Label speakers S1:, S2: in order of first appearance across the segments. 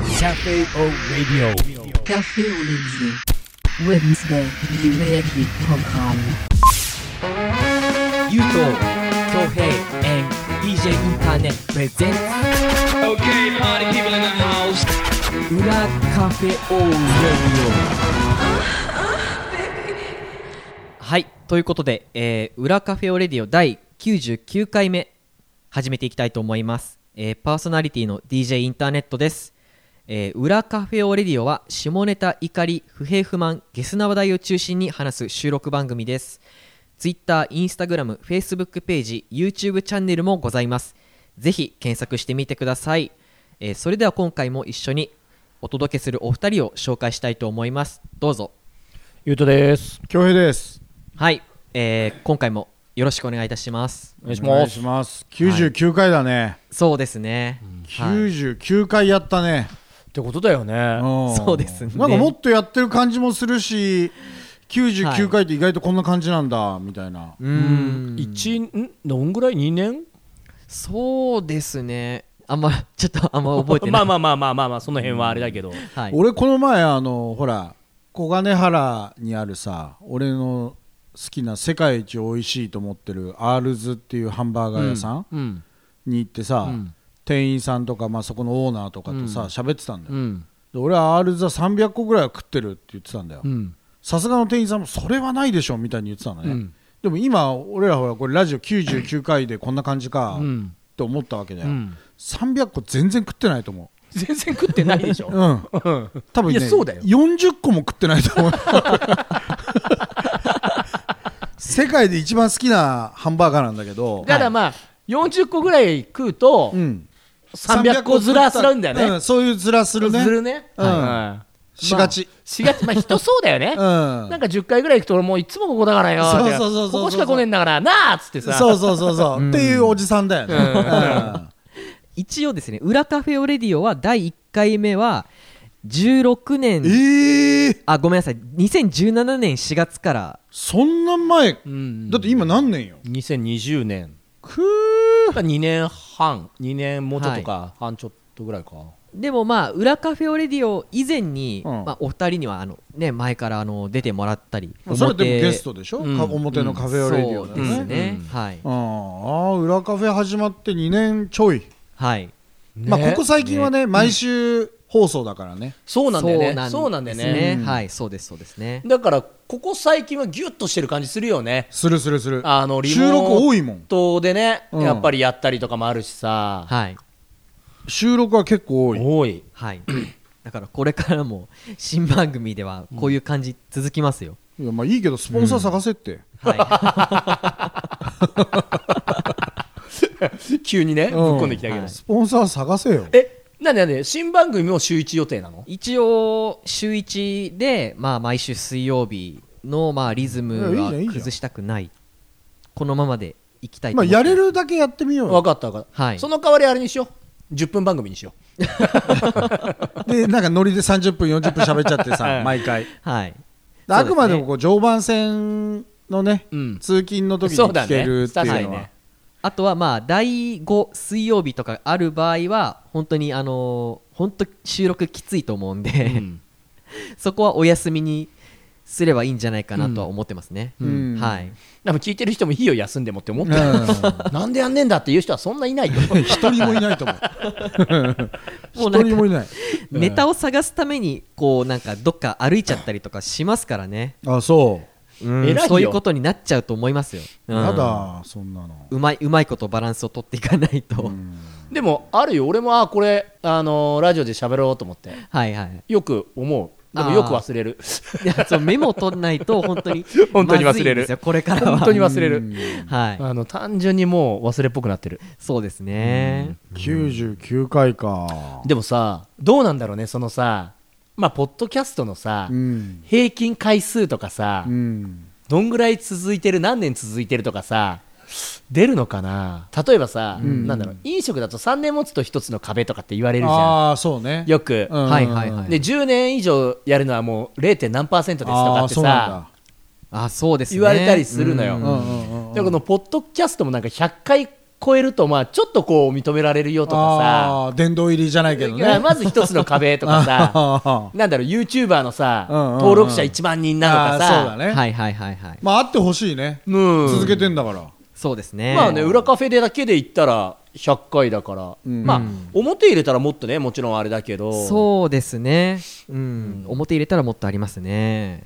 S1: KO Radio.
S2: カフェオレジオ。ウェブスデリベリプログラム。
S3: ゆうと、きょうへい、えん、DJ インターネットプレゼンツ。
S4: Okay, party people in the house.
S3: 裏カフェオーレディオ。はい、ということで、えー、裏カフェオーレディオ第99回目、始めていきたいと思います。えー、パーソナリティの DJ インターネットです。えー、裏カフェオーレディオは下ネタ、怒り、不平不満、ゲスな話題を中心に話す収録番組です。Twitter、Instagram、Facebook ページ、YouTube チャンネルもございます。ぜひ検索してみてください。えーそれでは今回も一緒にお届けするお二人を紹介したいと思います。どうぞ。
S5: ゆうとです。
S6: 恭平です。
S3: はい、えー今回もよろしくお願いいたします。
S5: お願いし
S6: お願
S5: ま
S6: い
S5: す
S6: し。ます。99回だね。
S3: そうですね。はい、
S6: 99回やったね。
S5: ってことだよね。
S6: ん
S3: そうですね
S6: なんかもっとやってる感じもするし、
S3: はい
S6: 99回って意外とこんな感じなんだみたいな。
S3: うーん、
S5: 一、ん、どんぐらい二年。
S3: そうですね。あんま、 ちょっとあんま覚えてない。
S5: まあまあまあまあまあまあ、その辺はあれだけど。
S3: はい、
S6: 俺この前あのほら小金原にあるさ、俺の好きな世界一美味しいと思ってるアールズっていうハンバーガー屋さん
S5: うん。
S6: に行ってさ、
S5: ん
S6: 店員さんとかまあそこのオーナーとかとさ喋ってたんだよ。
S5: うん。
S6: で俺はアールズは300個ぐらいは食ってるって言ってたんだよ。
S5: うん。
S6: さすがの店員さんもそれはないでしょみたいに言ってたのね、
S5: うん
S6: でも今俺らほらこれラジオ99回でこんな感じか
S5: うん。
S6: と思ったわけだよ、
S5: うん
S6: 300個全然食ってないと思
S5: 全然食ってないでしょ
S6: うう。ん
S5: うん。
S6: 多分ね
S5: いやそうだよ
S6: 40個も食ってないと思う世界で一番好きなハンバーガーなんだけど
S5: ただまあ、四十個ぐらい食うと
S6: う、ん、
S5: 三百個ずらするんだよ
S6: う
S5: ね。
S6: そういうずらするね
S5: ずるね。
S6: うん
S5: はい
S6: しがち、
S5: しがまあ、人そうだよね。
S6: うん
S5: なんか10回ぐらい行くと俺もういつもここだからよ
S6: そうそうそうそう
S5: ここしか来ねえんだからなあっつってさ
S6: そうそうそうそう、っていうおじさんだよね、うん
S3: 一応ですね、裏カフェオレディオは第1回目は、16年、
S6: ええー、
S3: あ、ごめんなさい、2017年4月から、
S6: そんな前
S5: うん
S6: だって今何年よ
S5: 2020年
S6: く
S5: 2年半2年もうちょっとか、半ちょっとぐらいか
S3: でもまあ、裏カフェオレディオ以前に、
S6: うん
S3: まあ、お二人には、あの、ね、前から、あの、出てもらったり、
S6: ーそれでも
S3: 表
S6: ゲストでしょ、
S5: うん
S6: か表のカフェオレディオだ
S3: そう
S6: よ
S3: です
S6: ね
S3: ね、
S5: うん
S3: はい、
S6: ああー裏カフェ始まって2年ちょい、
S3: はい、
S6: まあここ最近は
S5: ね
S6: ね毎週放送だからね、
S5: そうなんだよね
S3: そ
S5: そううな
S3: な
S5: んん
S3: で
S5: だ
S3: す
S5: よ
S3: ね
S5: ね
S6: うん
S3: はいそうですそうですね
S5: だからここ最近はギュッとしてる感じするよね
S6: するするする
S5: あのリモ
S6: 収
S5: ー
S6: 録
S5: ト
S6: 多いもん
S5: でね、
S6: うん
S5: やっぱりやったりとかもあるしさ、
S3: はい
S6: 収録は結構多い
S5: 多い
S3: はいだからこれからも新番組ではこういう感じ続きますよ、
S6: いやまあいいけどスポンサー探せって、
S3: は
S5: 急にねぶっ
S6: うん
S5: 込んできたけど、
S3: はい
S6: スポンサー探せよ
S5: えなんでなんで新番組も週1予定なの
S3: い、一応週1で、まあ、毎週水曜日の、まあ、リズム
S6: いやいい
S3: は
S6: じゃんいいじゃん
S3: 崩したくないこのままでいきたいと
S6: まあ
S3: 思って
S6: やれるだけやってみよう
S5: 分
S6: よ
S5: かった分かった、
S3: はい
S5: その代わりあれにしよう10分番組にしよ
S6: でなんかノリで30分40分喋っちゃっ て
S5: は
S6: さ
S5: い
S6: 毎回で
S3: はい
S6: あくまでもこう常磐線のね、
S5: うん
S6: 通勤の
S5: う
S6: 時に
S5: そうだ
S6: 聞け
S5: ね
S6: るっていう
S5: 確
S6: の
S5: か
S6: は
S5: にね
S3: あとはまあ第5水曜日とかある場合は本当にあのー本当収録きついと思うんで、
S5: うん
S3: そこはお休みにすればいいんじゃないかなとは思ってますね、
S6: うん
S3: はい
S5: でも聞いてる人もいいよ休んでもって思ってる、
S6: う
S5: なんでやんねんだっていう人はそんないないよ
S6: ん 一人もいないと思
S3: もうな
S6: う一
S3: んか
S6: 人もいない
S3: ネタを探すためにこうなんかどっか歩いちゃったりとかしますからね、
S6: あそう
S3: うん
S5: 偉いよ
S3: そういうことになっちゃうと思いますよ、うん
S6: やだそんなの
S3: うまいうまいことバランスを取っていかないと、
S5: でもあるよ俺もあこれ、あのーラジオで喋ろうと思って
S3: はいはい
S5: よく思うでもよく忘れる
S3: いやそうメモを取らないと本当に
S5: 本当に忘れる
S3: まずいんですよこれからは
S5: 本当に忘れる、
S3: はい
S5: あの単純にもう忘れっぽくなってる
S3: そうですね
S6: 99回か
S5: でもさどうなんだろうねそのさまあポッドキャストのさ、
S6: うん
S5: 平均回数とかさ、
S6: うん
S5: どんぐらい続いてる何年続いてるとかさ出るのかな例えばさ、なんだろう飲食だと3年持つと一つの壁とかって言われるじゃ
S6: ああそうね
S5: んよく、
S6: うん
S3: はいはいはい
S5: で10年以上やるのはもう 0. 何パーセントですとか
S6: あ
S5: っ
S6: あ
S5: て
S6: そうなん
S5: さ
S6: だ
S3: あそうですね
S5: 言われたりするのよ
S3: うん
S6: うんうんう
S5: だ
S6: ん
S5: からこのポッドキャストもなんか100回超えるとまあちょっとこう認められるよとか
S6: ああ殿堂入りじゃないけ
S5: さ、
S6: ど
S5: いや
S6: ね
S5: まず一つの壁とかさ
S6: あ
S5: なんだろう YouTuber のさ、
S6: うんうんうん
S5: 登録者1万人なのか
S6: あ
S5: さ
S6: ーそうだね、
S3: はいはいはいはい
S6: まああってほしいね、
S5: うん
S6: 続けてんだから
S3: そうですね
S5: まあね裏カフェでだけで言ったら100回だから、
S6: うん
S5: まあ表入れたらもっとねもちろんあれだけど
S3: そうですねうん表入れたらもっとありますね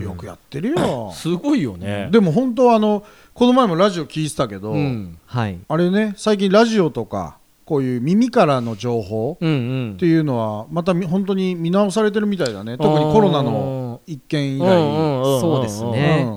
S6: よくやってるよ
S5: すごいよね
S6: でも本当あのこの前もラジオ聞いてたけど、
S5: うん
S3: はい
S6: あれね最近ラジオとかこういう耳からの情報
S5: うんう
S6: っ
S5: ん
S6: ていうのはまたみ本当に見直されてるみたいだね特にコロナの一件以来、
S3: そうですね
S6: うん
S3: う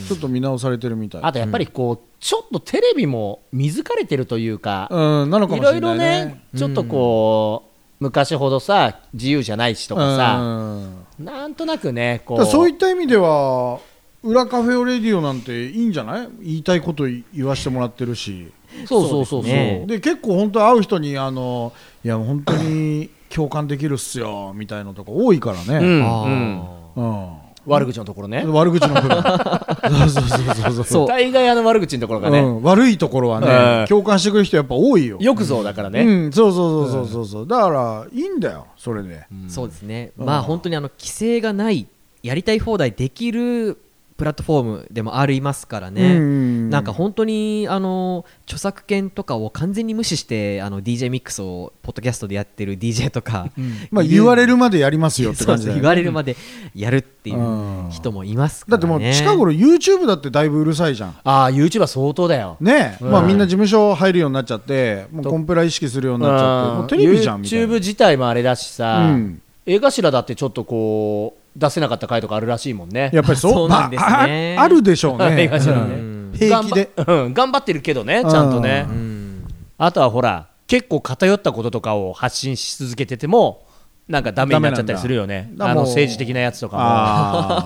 S3: ん
S6: ちょっと見直されてるみたい
S5: あとやっぱりこうちょっとテレビも見づかれてるというか、
S6: うんなのか
S5: い
S6: も
S5: ろ
S6: しれ
S5: い
S6: な
S5: ろ
S6: い
S5: ね
S6: ね
S5: ちょっとこう、昔ほどさ自由じゃないしとかさ、
S6: うん
S5: なんとなくねこ
S6: だから
S5: う
S6: そういった意味では裏カフェオレディオなんていいんじゃない言いたいこと言わしてもらってるし
S5: そうそうそうそう
S3: そうですね
S6: で結構本当会う人にあのいや本当に共感できるっすよみたいなとこ多いから
S5: う
S6: ね、
S5: ん
S3: あ
S5: うん
S3: ー
S6: うん
S5: 悪口のところね
S6: 悪口の部分そうそうそうそう
S3: そう
S5: 大概あの悪口のところが
S6: う
S5: ね、
S6: ん、悪いところはね、
S5: うん
S6: 共感してくれる人やっぱ多いよ
S5: よくぞだからね、
S6: うん、そうそうそうそうそうそう、だからいいんだよそれで、
S3: そうですね、
S6: うん
S3: まあ本当にあの規制がない、やりたい放題できるプラットフォームでもありますからね、
S6: うん
S3: なんか本当にあの著作権とかを完全に無視して、あの DJ ミックスをポッドキャストでやってる DJ とか、
S6: まあ、言われるまでやりますよっ
S3: そ
S6: て
S3: う
S6: 感
S3: で
S6: じ
S3: す
S6: だ
S3: ね
S6: よね
S3: 言われるまでやるってい
S6: うん
S3: う人もいますか
S6: だ
S3: ら、
S6: っ
S3: ね、
S6: てもう近頃 YouTube だってだいぶうるさいじゃん
S5: ああ YouTube は相当だよ、
S6: ねえ、
S5: うん
S6: まあみんな事務所入るようになっちゃってもうコンプラ意識するようになっちゃってもうテレビじゃんみたい
S5: YouTube
S6: な
S5: 自体もあれだしさ、
S6: うん
S5: 映画頭だってちょっとこう出せなかった回とかあるらしいもんね
S6: やっぱりそう
S3: そうなんですね
S6: まあ、ああるでし ょうね
S5: 映画
S6: う
S5: 頭ね
S6: ん平気で
S5: 頑張うん頑張ってるけどねちゃんとね
S6: う
S3: うん
S5: あとはほら結構偏ったこととかを発信し続けててもなんかダメになっちゃったりするよね
S6: ダメなんだ
S5: あ
S6: も
S5: の
S6: う
S5: 政治的なやつとか
S6: あ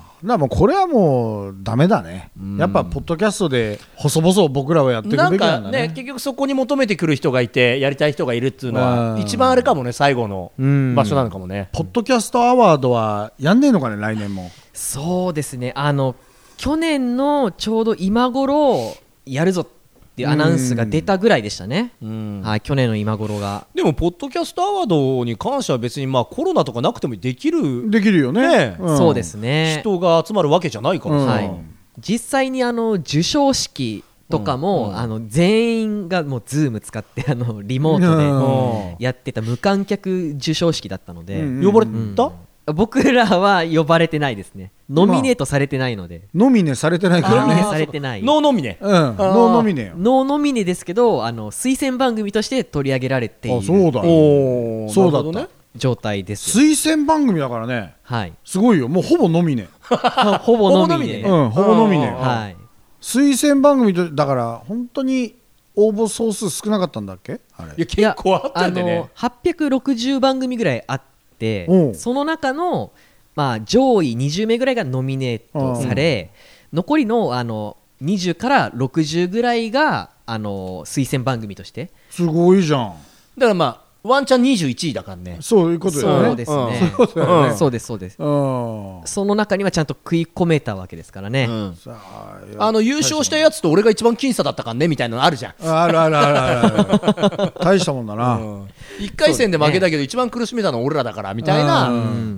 S6: あだからもうこれはもうダメだねやっぱポッドキャストで細々僕らはやってい
S5: も
S6: く
S5: なん
S6: べきな
S5: か
S6: んだ
S5: ね
S6: ね
S5: 結局そこに求めてくる人がいてやりたい人がいるっていうの
S6: う
S5: は
S6: ん
S5: 一番あれかもね最後の
S6: うん
S5: 場所なのかもね
S6: ポッドキャストアワードはやんねえのかね来年も
S3: そうですねあの去年のちょうど今頃やるぞっていうアナウンスが出たぐらいでしたね、
S5: うん
S3: はい、去年の今頃が。
S5: でもポッドキャストアワードに関しては別にまあコロナとかなくてもできる
S6: できるよね
S5: ねえ
S6: ん
S3: そうですね
S5: 人が集まるわけじゃないから
S6: うん
S5: さ
S3: はい、実際にあの授賞式とかも、あの全員がもう Zoom 使ってあのリモートでやってた無観客授賞式だったので、
S6: うん
S5: 呼ばれ
S3: うん
S5: た
S3: 僕らは呼ばれてないですねノミネートされてないので、
S6: ノミネされてないか
S3: ノ
S6: ら
S3: ミネ
S6: ね
S3: されてない
S5: ノーノミネ
S6: うんノーノミネよ
S3: ノーノミネですけどあの推薦番組として取り上げられて
S6: あ
S3: い
S6: そう
S3: る
S6: だ
S5: おー
S6: そうだ
S5: なる
S6: っ
S5: ほど
S6: た
S5: ね
S3: 状態ですよ
S6: 推薦番組だからね
S3: はい
S6: すごいよもうほぼノミネ
S3: ほぼノミネ
S5: ほぼノミネ
S6: うんほぼノミネ
S5: うん
S3: はい
S6: 推薦番組とだから本当に応募総数少なかったんだっけあ
S5: い
S6: れ
S5: や結構あったんで
S3: い
S5: ね
S3: やあの860番組ぐらいあって
S6: うん
S3: その中の、まあ、上位20名ぐらいがノミネートされ残りのあの20から60ぐらいがあの推薦番組として
S6: すごいじゃん
S5: だからまあワンチャン21位だからね
S6: そういうことだよね
S3: そうですね
S6: うんそうだよね
S3: そうですそうです
S6: うん
S3: その中にはちゃんと食い込めたわけですからね、
S5: うん
S6: さあや
S5: あの優勝したやつと俺が一番僅差だったからねみたいなのあるじゃん、
S6: あるあるあるあ るある大したもんだな、
S5: 1回戦で負けたけど一番苦しめたの俺らだからみたいうな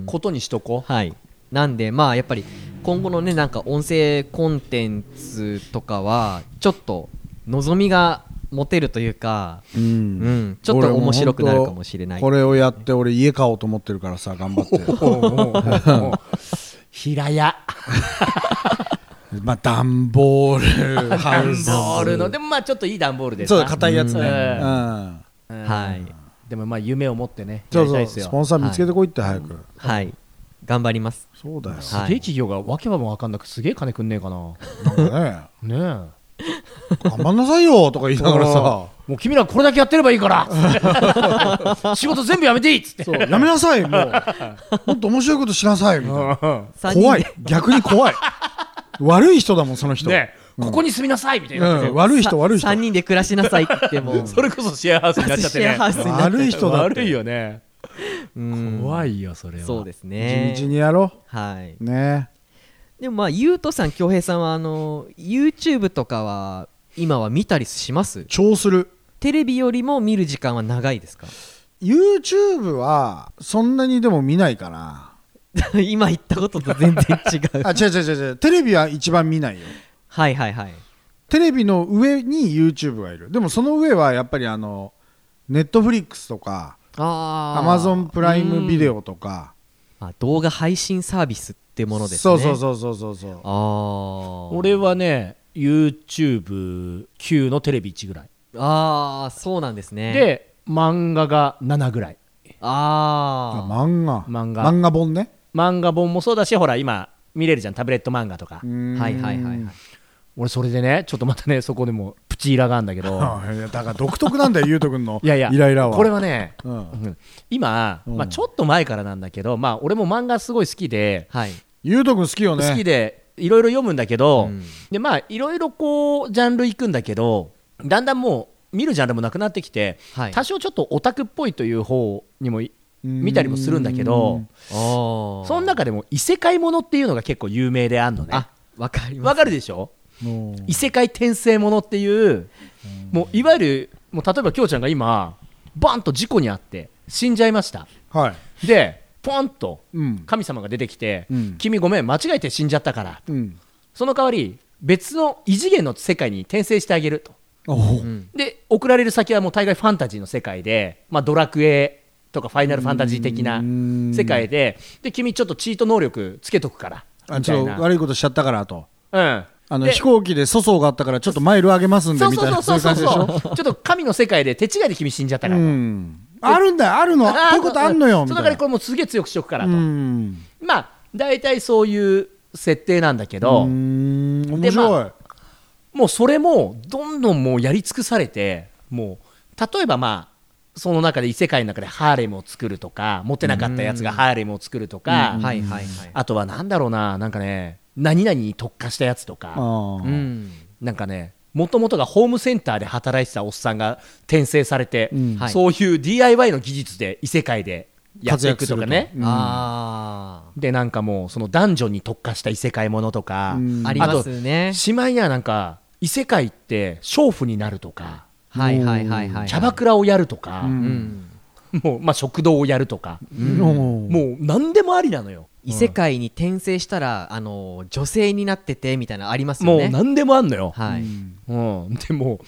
S5: ことにしとこう、
S3: はい、なんで、まあ、やっぱり今後のねなんか音声コンテンツとかはちょっと望みが持てるというか、
S6: うん
S3: うんちょっと面白くなるかもしれない
S6: 俺も本当これをやって俺家買おうと思ってるからさ頑張 って
S5: 平屋
S6: まあ段ボー ルハウス
S5: ボールのでもまあちょっといい段ボールでさ
S6: そう硬いやつね、
S5: う
S6: うんん
S3: はい
S5: でもまあ夢を持ってね
S6: そ
S5: や
S6: う
S5: りた
S6: そ
S5: いうですよ
S6: スポンサー見つけてこいって早く、
S3: はい、頑張ります。
S6: そうだよ、
S5: すげえ企業がわけはも分かんなくすげえ金くんねえかな
S6: なんか
S5: ね
S6: ね
S5: え
S6: 頑張んなさいよとか言いなが らさ
S5: もう君らこれだけやってればいいから 仕事全部やめていいっつって
S6: そうやめなさいもうもっと面白いことしなさいみたいな
S3: 三人で
S6: 怖い逆に 怖い悪い人だもんその人、
S5: ねえここに住みなさいみたいな、
S6: うん、悪い人悪い人
S3: 3人で暮らしなさいって言って も
S5: それこそシェアハウスになっちゃってね
S3: シェアハウスになっちゃって
S6: 悪い人だって
S5: 悪いよね怖いよそれは
S3: そうですね
S6: 地道にやろ
S3: はいう
S6: ね
S3: でもまあゆうとさん恭平さんはあの YouTube とかは今は見たりします
S6: 超する
S3: テレビよりも見る時間は長いですか
S6: YouTube はそんなにでも見ないかな
S3: 今言ったことと全然違う
S6: あ違う違う違う違うテレビは一番見ないよ
S3: はいはいはい
S6: テレビの上に YouTube がいるでもその上はやっぱりあの Netflix とか
S3: あ
S6: Amazon プライムビデ
S3: オ、
S6: オとか
S3: あ、動画配信サービスってものですね
S6: そうそう
S3: う
S6: そうそうそうそう
S3: ああ
S5: 俺はね YouTube9 のテレビ1ぐらい、
S3: ああそうなんですね
S5: で漫画が7ぐらい
S6: あ
S3: ああ
S6: 漫画
S5: 漫画
S6: 漫画本ね
S5: 漫画本もそうだしほら今見れるじゃんタブレット漫画とか、
S3: はいはいはいはい
S5: 俺それでねちょっとまたねそこでもプチイラがあるんだけ ど
S6: はいいやだから独特なんだよ、ゆうとくんの
S5: いやいや
S6: イライラは。
S5: これはね、
S6: うん
S5: うん今、
S6: うん
S5: まあ、ちょっと前からなんだけど、まあ、俺も漫画すごい好きで、
S3: はい
S6: ゆうとくん好きよね。
S5: 好きでいろいろ読むんだけど、
S3: うん
S5: でまあいろいろこうジャンルいくんだけどだんだんもう見るジャンルもなくなってきて、
S3: はい
S5: 多少ちょっとオタクっぽいという方にもい
S6: うん
S5: 見たりもするんだけど
S3: あ
S5: そ
S3: ー
S5: の中でも異世界ものっていうのが結構有名であんのね
S3: あわかります
S5: わかるでしょ
S6: もう
S5: 異世界転生ものっていうもういわゆるもう例えばきょうちゃんが今バンと事故にあって死んじゃいました
S6: はい。
S5: でポンと
S6: うん。
S5: 神様が出てきて「
S6: うん
S5: 君ごめん間違えて死んじゃったから」
S6: うん。
S5: その代わり別の異次元の世界に転生してあげると
S6: おお
S3: ん
S5: で送られる先はもう大概ファンタジーの世界で、まあ、ドラクエとかファイナルファンタジー的な
S6: うん
S5: 世界でで君ちょっとチート能力つけとくから
S6: あ
S5: み
S6: ち
S5: たい
S6: ょっ
S5: な
S6: と悪いことしちゃったからと。
S5: うん
S6: あの
S5: で
S6: 飛行機で粗相があったからちょっとマイル上げますんで
S5: そう
S6: みたい
S5: そ
S6: な
S5: うそ
S6: そう
S5: う
S6: いう
S5: そう
S6: 感じでし
S5: そう
S6: ょ。
S5: ちょっと神の世界で手違いで君死んじゃった
S6: う
S5: から、
S6: ん。あるんだよあるのこういうことあんのよ
S5: そ
S6: み
S5: の代
S6: たい
S5: わ
S6: な。
S5: りこれもうすげえ強くしとくからと、
S6: うん。
S5: まあ大体そういう設定なんだけど、
S6: うん
S5: でま
S6: 面白い。
S5: もうそれもどんどんもうやり尽くされてもう例えばまあその中で異世界の中でハーレムを作るとか持ってなかったやつがハーレムを作るとか、
S3: はいはいはい
S5: あとはなんだろうななんかね何々に特化したやつと
S6: あ
S5: か
S3: う
S6: ー
S3: ん
S5: なんかねもともとがホームセンターで働いてたおっさんが転生されて、
S6: うん
S3: はい
S5: そういう DIY の技術で異世界でやっていくとか
S6: 活躍
S5: ね
S6: するとうん
S3: あ
S5: でなんかもうその男女に特化した異世界ものとか、
S6: うん
S3: あありますね
S5: しまいにはなんか異世界って娼婦になるとか
S3: はいはいはいはい
S5: キャバクラをやるとか、
S3: うんん
S5: もうまあ、食堂をやるとか、
S6: うん
S5: もう何でもありなのよ、
S3: 異世界に転生したらあの女性になっててみたいなのありますよ
S5: も
S3: ね
S5: う何でもあんのよ、
S3: はい
S5: うん、でも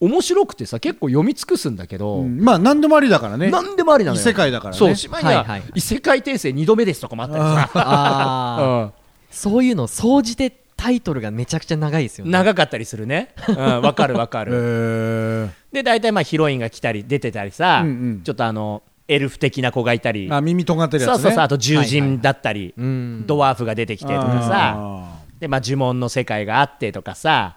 S5: 面白くてさ結構読み尽くすんだけど、
S6: うんまあ何でもありだからね。
S5: 何でもありなのよ
S6: 異世界だからね
S5: そうしまいには
S3: はいはい
S5: 異世界転生2度目ですとかもあったりさ、
S3: あ あ
S5: うん
S3: そういうの総じてタイトルがめちゃくちゃ長いですよね
S5: 長かったりするねうんわ、かるわか
S6: へ
S5: る
S6: ー
S5: で大体まあヒロインが来たり出てたりさ、
S6: うんうん
S5: ちょっとあのエルフ的な子がいたり
S6: あ耳尖ってる
S5: そ
S6: や
S5: う
S6: つ
S5: そう
S6: ね。
S5: そうあと獣人だったり、
S3: うん
S5: ドワーフが出てきてとかさ
S6: あ
S5: で、まあ、呪文の世界があってとかさ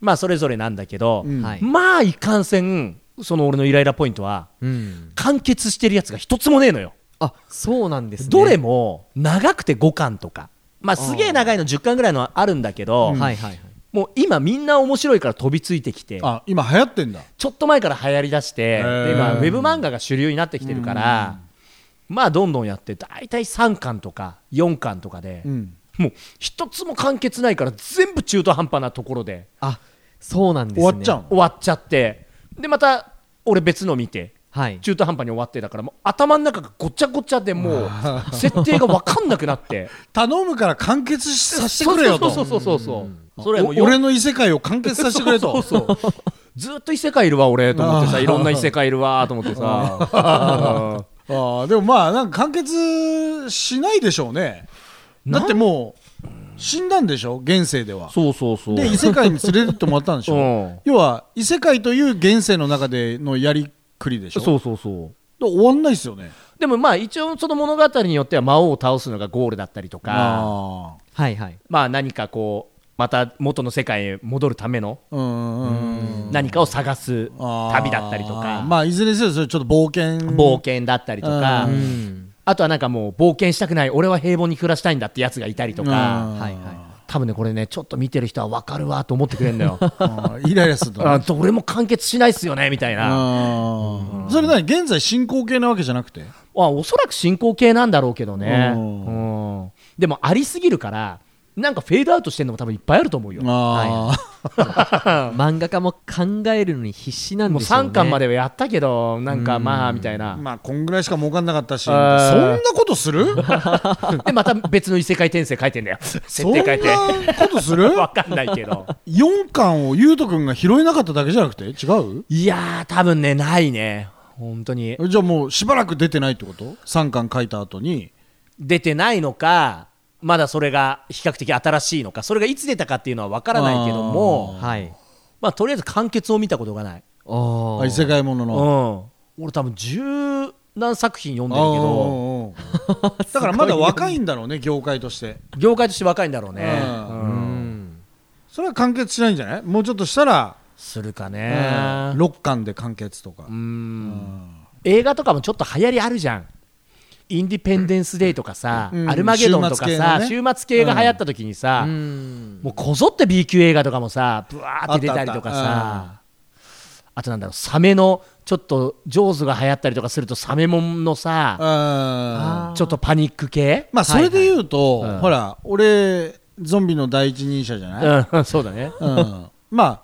S5: まあそれぞれなんだけど、
S6: ん
S3: はい
S5: まあいかんせんその俺のイライラポイントは
S3: うん
S5: 完結してるやつが一つもねえのよ
S3: あそうなんですね
S5: どれも長くて5巻とかまあすげえ長いの10巻ぐらいのあるんだけど、
S3: はいはいはい
S5: もう今みんな面白いから飛びついてきて
S6: ーあ今流行ってんだ。
S5: ちょっと前から流行りだして
S6: へー
S5: で今ウェブ漫画が主流になってきてるから、まあどんどんやって大体3巻とか4巻とかで、
S6: うん。
S5: もう一つも完結ないから全部中途半端なところで
S3: あそうなんですね
S6: 終わっちゃうの
S5: 終わっちゃってでまた俺別の見て
S3: はい
S5: 中途半端に終わってだからもう頭の中がごちゃごちゃで もう設定が分かんなくなって
S6: 頼むから完結しさせてくれよと
S5: そうそうそうそうそうそれは
S6: お
S5: もうよ
S6: 俺の異世界を完結させてくれと
S5: そうそうそうずっと異世界いるわ俺と思っ てさいろんな異世界いるわと思ってさ
S6: あーでもまあなんか完結しないでしょうねだってもう死んだんでしょ現世では
S5: そうそうそう
S6: で異世界に連れてってもらったんでしょ、
S5: うん
S6: 要は異世界という現世の中でのやりくりでしょ
S5: そうそうそう
S6: で終わんないですよね
S5: でもまあ一応その物語によっては魔王を倒すのがゴールだったりとか
S6: あ
S3: はいはい
S5: まあ何かこうまた元の世界へ戻るための
S6: あうんうんうん
S5: 何かを探す
S6: あー
S5: 旅だったりとか、
S6: まあいずれにせよそれちょっと冒険
S5: 冒険だったりとか、
S6: うん
S3: うん
S5: あとはなんかもう冒険したくない俺は平凡に暮らしたいんだってやつがいたりと
S6: うん
S5: か
S3: はいは
S5: 多分ねこれねちょっと見てる人は分かるわと思ってくれるん だよ
S6: あーイライラすると
S5: あどれも完結しないっすよねみたいなあ
S6: あーそれ何現在進行形なわけじゃなくて
S5: おそらく進行形なんだろうけどね
S6: う
S5: うんでもありすぎるからなんかフェードアウトしてんのも多分いっぱいあると思うよ。
S6: あ
S3: 漫画家も考えるのに必死なん
S5: も
S3: で
S5: う
S3: すよね
S5: 3巻まではやったけど、なんかまあみたい
S6: あ
S5: な。
S6: まあこんぐらいしか儲かんなかったしそん
S5: あー
S6: なことす る
S5: で、また別の異世界転生書いてん だよ。設
S6: そん
S5: 定
S6: な
S5: 書いて。
S6: ことす る
S5: わかんないけど。
S6: 4巻をゆうとくんが拾えなかっただけじゃなくて違
S5: いやー、多分ね、ないね。本当に。
S6: うじゃあもうしばらく出てないってこと3巻書いた後に
S5: 出てないのか、まだそれが比較的新しいのか、それがいつ出たかっていうのはわからないけども、
S3: はい
S5: まあとりあえず完結を見たことがない。
S3: あー
S6: あ異世界もの
S5: う
S6: の
S5: ん。俺多分十何作品読んでるけど、
S6: あーあーあーだからまだ若いんだろうね業界として
S5: 業界として若いんだろうね。
S6: う
S5: うん
S6: それは完結しないんじゃないもうちょっとしたら、
S5: するか
S6: う
S5: ね。
S6: 6巻で完結とか、
S5: うん映画とかもちょっと流行りあるじゃん。インディペンデンス・デイとかさ、
S6: うん
S5: アルマゲドンとかさ、
S6: 週末系
S5: 週
S6: のね
S5: 末系が流行った時にさ、
S3: うん
S5: もうこぞって B 級映画とかもさぶわーって出たりとか
S6: あった
S5: さあとなんだろうサメのちょっとジョーズが流行ったりとかするとサメモンのさ
S6: あー
S3: あー
S5: ちょっとパニック系
S6: まあそれで言うと、
S5: はいはいうん
S6: ほら俺ゾンビの第一人者じゃない、
S5: うん そうだね
S6: うんまあ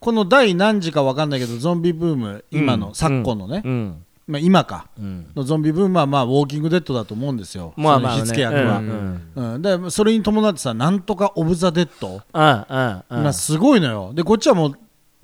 S6: この第何時か分かんないけどゾンビブーム今の、
S5: うん
S6: 昨今のね、
S5: うん
S6: まあ、今か
S5: うん
S6: のゾンビブームはまあウォーキングデッドだと思うんですよ、
S5: まあまあね
S6: その火付け役は、
S5: う
S6: うんん
S5: うん
S6: でそれに伴ってさなんとかオブ・ザ・デッド、
S5: うんうん
S6: まあ、すごいのよでこっちはもう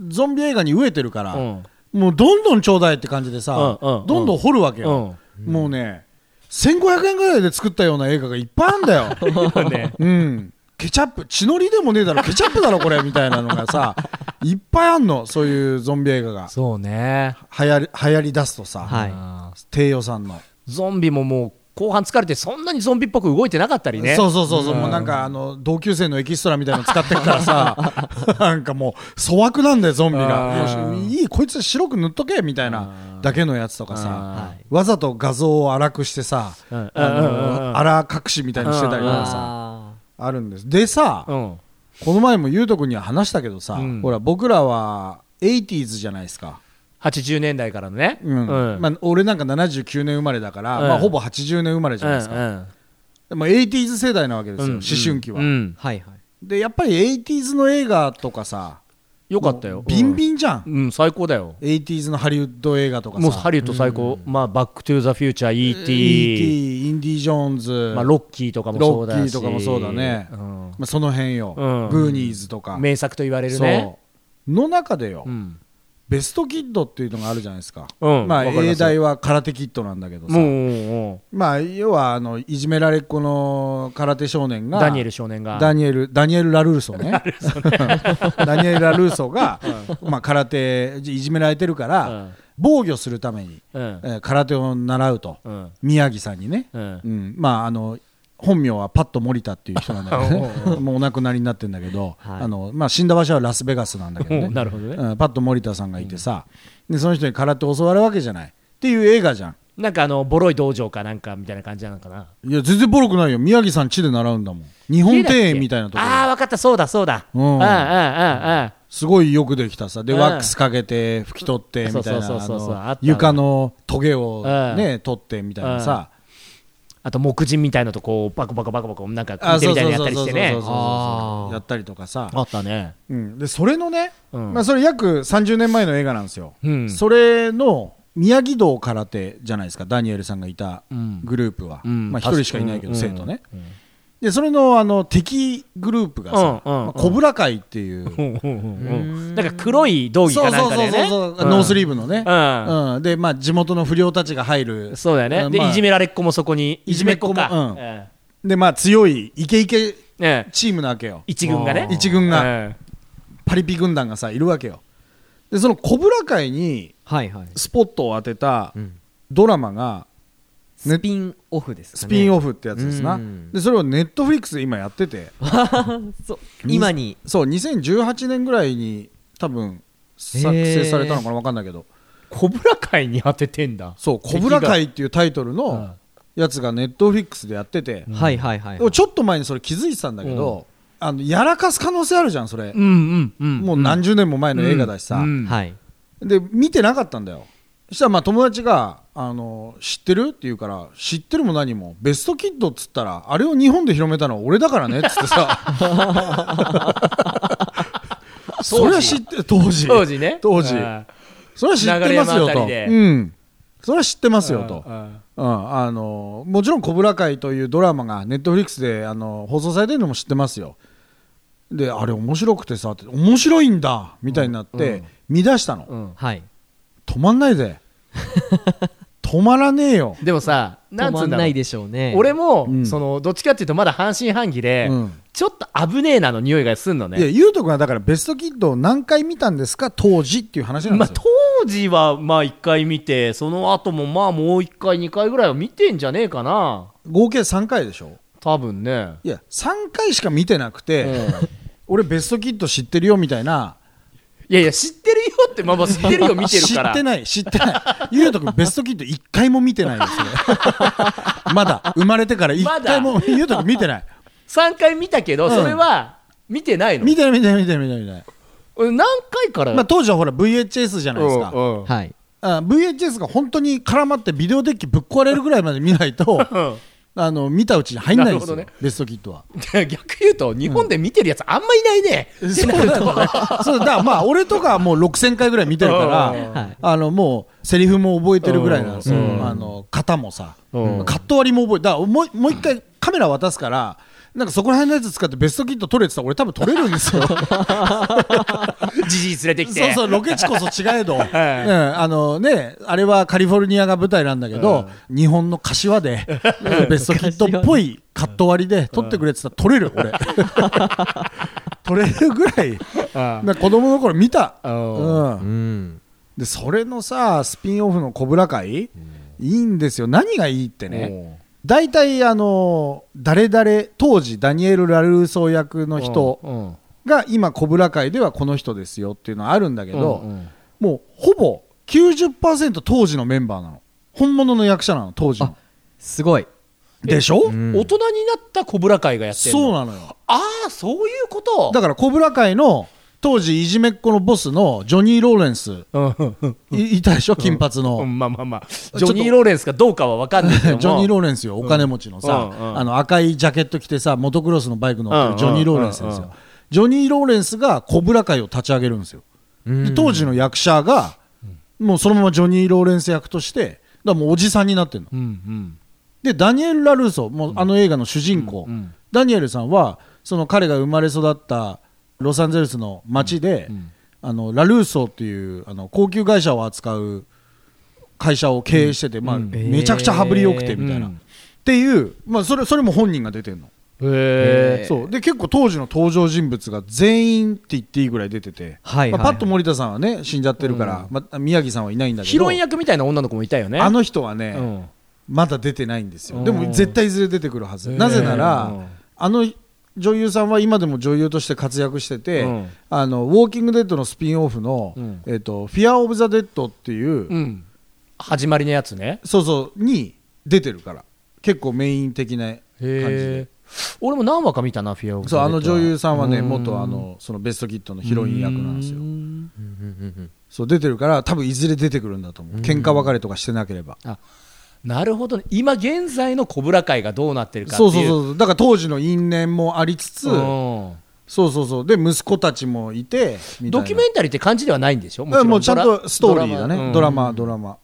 S6: ゾンビ映画に飢えてるから、
S5: うん
S6: もうどんどんちょうだいって感じでさ、
S5: うんうん
S6: どんどん掘るわけよ、もうね1500円ぐらいで作ったような映画がいっぱいあるんだ よ、
S5: うん ね
S6: うん、ケチャップ血のりでもねえだろケチャップだろこれみたいなのが さいっぱいあんのそういうゾンビ映画が
S5: そうね
S6: 流行り流行り出すとさ、
S3: はい
S5: あー
S6: 低予算の、
S5: ゾンビももう後半疲れてそんなにゾンビっぽく動いてなかったりね
S6: そうそうそうそう、もうなんかあの同級生のエキストラみたいなの使ってるから さなんかもう粗悪なんだよゾンビが
S5: うん
S6: もういいこいつ白く塗っとけみたいなだけのやつとか
S5: うん
S6: さ
S3: はい
S6: わざと画像を荒くしてさ
S5: うん
S6: あ
S5: うんうん
S6: の荒隠しみたいにしてたりとかさ
S3: あ
S6: あるんですでさ、
S5: うん
S6: この前もゆうとくんには話したけどさ、
S5: うん
S6: ほら僕らは 80s じゃないですか、
S5: 80年代からのね
S6: うんまあ、俺なんか79年生まれだから、
S5: うん
S6: まあ、ほぼ80年生まれじゃないですか、
S5: うん
S6: でも 80s 世代なわけですよ、
S5: うん
S6: 思春期は、
S5: うん
S3: ーはいはい
S6: でやっぱり 80s の映画とかさ
S5: よかったよ
S6: ビンビンじゃん、
S5: うん、最高だよ。
S6: 80s のハリウッド映画とかさ
S5: もうハリウッド最高、まあ、バック・トゥ・ザ・フューチャー、E.T.、
S6: E.T. インディ・ジョーンズ、
S5: まあ、ロッキーとかもそうだし、
S6: ロッキーとかもそうだね
S5: うん
S6: まあその辺よ、
S5: うん
S6: グーニーズとか、
S5: 名作と言われるね。
S6: そうの中でよ、
S5: うん
S6: ベストキッドっていうのがあるじゃないですか、
S5: うん
S6: ま
S5: わ
S6: あ
S5: かりま
S6: 英
S5: すよ
S6: 大は空手キッドなんだけどさ、
S5: もうも
S6: まあ、要はあのいじめられっ子の空手少年
S5: う
S6: が
S5: ダニエル少年が。
S6: ダニエルダニエル・ラ・ルーソね ダニエル・ラ・ルーソが、まあ、空手いじめられてるから、
S5: うん
S6: 防御するために、
S5: うん
S6: えー空手を習うと、
S5: うん
S6: 宮城さんにね、
S5: うん
S6: うんまあ、あの本名はパッと森田っていう人なんだけど
S5: おう
S6: ねもうお亡くなりになってるんだけど、
S3: はい
S6: あのまあ、死んだ場所はラスベガスなんだけど
S5: お
S6: ね
S5: うなるほどね
S6: うんパッと森田さんがいてさ、でその人に空手を教わるわけじゃないっていう映画じゃん。
S5: なんかあのボロい道場かなんかみたいな感じなのかな。
S6: いや全然ボロくないよ宮城さん地で習うんだもん日本庭園みたいなところ
S5: ああ、わかった、そうだ、そうだ。
S6: うん
S5: うんうんうん
S6: すごいよくできたさで
S5: うん
S6: ワックスかけて拭き取ってみたいな
S5: そうそうそうそう
S6: あの
S5: あった
S6: 床のトゲを
S5: うん
S6: ね取ってみたいなさ
S5: あと、木人みたいなとこう、バコバコバコバコ、なんか、組
S6: あ
S5: み手
S6: そ
S5: み
S6: う
S5: たいなの
S6: そう
S5: やったりし
S6: そうそうそう
S5: てね。
S3: あー
S6: やったりとかさ
S5: あったね。
S6: うんでそれのね
S5: うん
S6: まあそれ約30年前の映画なんですよ
S5: うん
S6: それの宮城道空手じゃないですかダニエルさんがいた
S5: うん
S6: グループは
S5: うん
S6: まあ一人しかいないけど
S5: 確か
S6: 生
S5: に
S6: 徒ねでそれのあの敵グループがさ
S5: うんうんうん
S6: まあコブラ会っていう
S5: なんか黒い道着
S6: そ
S5: か
S6: う
S5: な
S6: そ
S5: ん
S6: う
S5: か
S6: そ
S5: で
S6: う
S5: ね。
S6: そうそうノースリーブのね
S5: うん
S6: うんでまあ地元の不良たちが入る
S5: そうだよね。
S6: ん
S5: で、
S6: まあ
S5: いじめられっ子もそこに。
S6: いじめっ子も
S5: いじめっ子か。
S6: うん
S5: え
S6: でまあ強いイケイケ
S5: えええ
S6: チームなわけよ
S5: 一軍がね。
S6: 一軍が
S5: え
S6: パリピ軍団がさいるわけよでそのコブラ会に
S3: はいはい
S6: スポットを当てた
S3: うん
S6: ドラマが
S3: スピンオフですかね
S6: スピンオフってやつですな、
S3: うん
S6: でそれをネットフリックスで今やってて
S3: そう今に
S6: そう2018年ぐらいに多分作成されたのかな分かんないけど
S5: えコブラ会に当ててんだ。
S6: そう「コブラ会」っていうタイトルのやつがネットフリックスでやってて、
S3: はいはいはい
S6: でもちょっと前にそれ気づいてたんだけど、あのやらかす可能性あるじゃんそれ、
S5: うんうんうん。
S6: もう何十年も前の映画だしさ、
S5: うん
S3: はい
S6: で見てなかったんだよそしたらまあ友達があの知ってるって言うから知ってるも何もベストキッドっつったらあれを日本で広めたのは俺だからねっつってさそりゃ知って当時
S5: 当時ね
S6: 当時
S5: あ
S6: それは知ってますよ
S5: 流山あたり
S6: と、
S5: で
S6: うん、それは知ってま
S5: ー
S6: すよと、
S5: あ
S6: うん、あのもちろん「コブラ会」というドラマがネットフリックスであの放送されてるのも知ってますよであれ面白くてさって面白いんだみたいになって、見出したの、
S5: ーうん
S3: はい
S6: 止まんな いで止まらねえよ
S5: でもさな
S3: 止
S5: んつ
S3: ま
S5: うん
S3: ん
S5: だろ
S3: な
S5: う
S3: いでしょうね
S5: 俺も、
S6: うん
S5: そのどっちかっていうとまだ半信半疑で、
S6: うん
S5: ちょっと危ねえなの匂いがすんの
S6: いや、
S5: ね
S6: ゆうとくんはだからベストキッドを何回見たんですか当時っていう話なんで
S5: まあ、
S6: すよ。
S5: 当時はまあ1回見てその後もまあもう1回2回ぐらいは見てんじゃねえかな
S6: 合計3回でしょ
S5: 多分ね、
S6: いや、3回しか見てなくて、
S5: うん
S6: 俺ベストキッド知ってるよみたいな。
S5: いやいや知ってるよってまあまあ知ってるよ見てる
S6: 知
S5: から
S6: ってない、知ってない。ゆうとくんベストキッド1回も見てない ですね。まだ、生まれてから1回も、ゆうとくん見てない。
S5: 3回見たけど
S6: うん
S5: それは見てないの、
S6: 見てない、見てない、見てない、見てない見てない。
S5: 俺何回から、
S6: まあ当時はほら VHS じゃないですか。
S5: うんうん
S3: はい
S6: あ VHS が本当に絡まってビデオデッキぶっ壊れるぐらいまで見ないと、
S5: うん
S6: あの、見たうちに入んないんですよ、
S5: なるほ
S6: ベストキッドは。
S5: で逆言うと日本で見てるやつあんまいないね、 ってなると
S6: そうだからまあ俺とかはもう6000回ぐらい見てるか
S5: うん
S3: は
S6: ら
S3: い
S6: あのもうセリフも覚えてるぐらいなんですよ
S5: うん
S6: あの型もさカ
S5: うん
S6: ット割りも覚えてだからもうもう一回カメラ渡すからなんかそこら辺のやつ使ってベストキット撮れてたら俺多分撮れる んですよ
S5: じじい連れてきて
S6: そうそうロケ地こそ違 えど、うん
S5: い
S6: あのね、あれはカリフォルニアが舞台なんだけど、日本の柏で、ベストキットっ ぽいカット割りで撮ってくれてたら撮れる俺撮れるぐらい
S5: あ
S6: なんか子供の頃見た、
S5: う
S6: うんん
S3: うん
S6: でそれのさスピンオフの「コブラ会」いいんですよ何がいいって
S5: あ
S6: ね
S5: ね
S6: 大体あの誰々当時ダニエル・ラルーソー役の人
S5: うんうん
S6: が今「コブラ会」ではこの人ですよっていうのはあるんだけど、
S5: うんうん
S6: もうほぼ90%当時のメンバーなの本物の役者なの当時の
S3: あすごい
S6: でしょ、
S3: うん
S5: 大人になったコブラ会がやってる
S6: そう
S5: の
S6: なのよ
S5: ああそういうこと
S6: だから「コブラ会」の当時いじめっ子のボスのジョニー・ローレンス
S5: うんうん
S6: いいたでしょ金髪の、
S5: うんまあまあまあジョニー・ローレンスかどうかは分かんないけども
S6: ジョニー・ローレンスよ、お金持ちのさ、
S5: うんうん
S6: あの赤いジャケット着てさ、モトクロスのバイク乗ってるジョニー・ローレンスです
S5: うんうんうん
S6: よ、ジョニー・ローレンスがコブラ会を立ち上げるんですよ、で当時の役者が、もうそのままジョニー・ローレンス役として、だから もうおじさんになってるの、
S5: うん
S6: でダニエル・ラルーソ、もうあの映画の主人公、
S5: うんうん
S6: ダニエルさんは、その彼が生まれ育ったロサンゼルスの街で、あのラルーソっていうあの高級会社を扱う会社を経営してて、まあ、めちゃくちゃ羽振りよくてみたいな。
S5: うん
S6: っていう、まあ、それそれも本人が出てるの、
S5: うんへえ
S6: そうで結構当時の登場人物が全員って言っていいぐらい出てて、
S3: はい
S6: まあ、パッと森田さんはね死んじゃってるから、まあ、宮城さんはいないんだけど
S5: ヒロイン役みたいな女の子もいたよね
S6: あの人はね、
S5: うん
S6: まだ出てないんです
S5: う
S6: よ
S5: ん
S6: でも絶対いずれ出てくるはず
S5: へー
S6: なぜな
S5: うん
S6: らあの女優さんは今でも女優として活躍してて、
S5: うん
S6: あのウォーキング・デッドのスピンオフの「
S5: うん
S6: えっとフィア・オブ・ザ・デッド」っていう、
S5: うん始まりのやつね
S6: そうそうに出てるから結構メイン的な感じで
S5: へえ俺も何話か見たなフィアオブ
S6: そうあの女優さんはね
S5: うん
S6: 元あのそのベストキットのヒロイン役なんですよ
S5: うん
S6: そう出てるから多分いずれ出てくるんだと思う喧嘩別れとかしてなければ
S5: なるほどね今現在のコブラ会がどうなってるかって
S6: そ
S5: いう
S6: そうそううそうだから当時の因縁もありつつ
S5: うん
S6: そうそうそうで息子たちもいてみたい
S5: ド
S6: な
S5: キュメンタリーって感じではないんでしょ
S6: うんもうちゃん
S5: ドラ
S6: とストーリ
S5: ドラ
S6: ーだ
S5: マう
S6: ね
S5: ん
S6: ドラマドラマ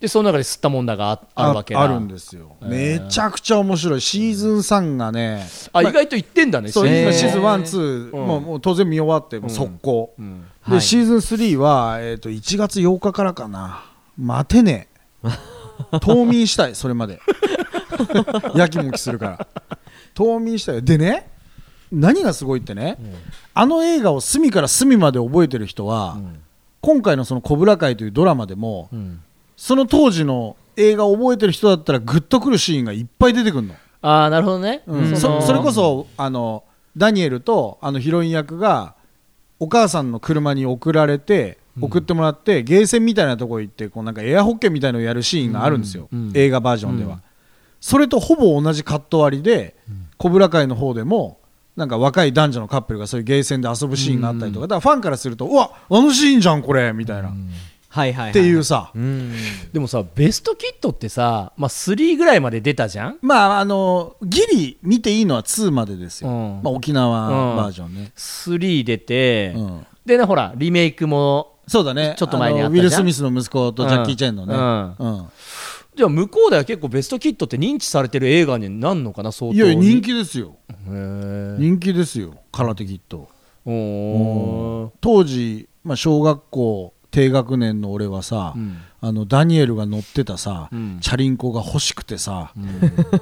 S5: でその中で吸ったもんだがああるわけだ
S6: あるんですよめちゃくちゃ面白いシーズン3がね
S5: あ
S6: まあ
S5: 意外と言ってんだね
S6: そう
S5: シ
S6: シ
S5: ーズン
S6: ーズン
S5: へ
S6: 1、2
S5: うん
S6: もうもう当然見終わってもう速攻
S5: ん
S3: は
S6: で
S3: い
S6: シーズン3はえーと1月8日からかな待てねえ冬眠したいそれまで やきもきするから冬眠したいでね何がすごいってねあの映画を隅から隅まで覚えてる人は今回のその「コブラ会」というドラマでも
S5: ん
S6: その当時の映画を覚えてる人だったらグッとくるシーンがいっぱい出てくるの
S5: ああなるほどね、
S6: うんそそれこそあのダニエルとあのヒロイン役がお母さんの車に送られて送ってもらって、ゲーセンみたいなとこ行ってこうなんかエアホッケーみたいのをやるシーンがあるんですよ、
S5: うん
S6: 映画バージョンでは、それとほぼ同じカット割りで、コブラ会の方でもなんか若い男女のカップルがそういうゲーセンで遊ぶシーンがあったりとか、だからファンからするとうわあのシーンじゃんこれみたいな、
S3: はいはいはい
S6: っていうさ、
S3: うん
S5: でもさベストキットってさ、まあ、3ぐらいまで出たじゃん
S6: まああのギリ見ていいのは2までですよ、
S5: うん
S6: まあ、沖縄バージョンね、
S5: 3出て、
S6: うん
S5: でねほらリメイクも
S6: そうだね
S5: ちょっと前にあった
S6: の
S5: じゃん
S6: ウィル・スミスの息子とジャッキー・チェンのね、
S5: う
S6: うん
S5: じゃあ向こうでは結構ベストキットって認知されてる映画になんのかな相当
S6: い
S5: に
S6: やいや人気ですよ
S5: へー
S6: 人気ですよ空手キット
S5: おー
S6: 当時、まあ、小学校低学年の俺はさ、
S5: うん
S6: あのダニエルが乗ってたさ、
S5: うん
S6: チャリンコが欲しくてさ、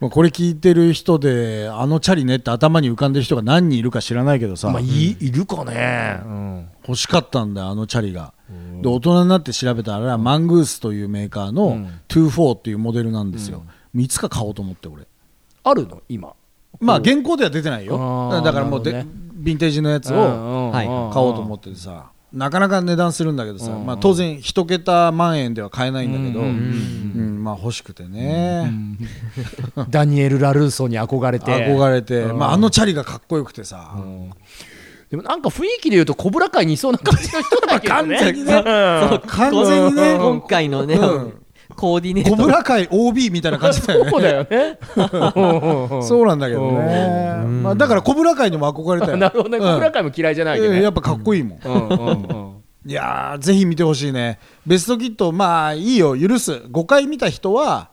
S6: まあこれ聞いてる人であのチャリねって頭に浮かんでる人が何人いるか知らないけどさ、
S5: まあいいるかねうん
S6: 欲しかったんだよあのチャリが、で大人になって調べたらあれはマングースというメーカー
S5: う
S6: の
S5: ん
S6: 24っていうモデルなんですよ、いつか買おうと思って俺
S5: あるの今
S6: まあ現行では出てないよ
S5: あー
S6: だからもうで、
S5: なるほ
S6: ヴィンテージのやつを
S3: はい
S6: 買おうと思
S5: っ
S6: っててさなかなか値段するんだけどさ、
S5: うん
S6: まあ、当然一桁万円では買えないんだけど、
S5: うんうん
S6: うんまあ、欲しくてね、
S5: てダニエル・ラルーソに憧れて
S6: 憧れて、
S5: うん
S6: まあ、あのチャリがかっこよくてさ、
S5: でもなんか雰囲気で言うと小倉会にいそうな感じの人だけどね
S6: 完全にね
S5: うん
S6: 完全にね
S3: 今回のね、
S6: うん
S3: コーディネート
S6: 小倉会 OB みたいな感じだよね
S5: そうだよねうん うん
S6: そうなんだけどね、まあ、だから小倉会にも憧れた
S5: う
S6: よ
S5: んなるほどね
S6: うん
S5: 小倉会も嫌いじゃないけど
S6: ええや
S5: ね
S6: っぱかっこいいもん、
S5: うんうんうん
S6: いやーぜひ見てほしいねベストキットまあいいよ許す5回見た人は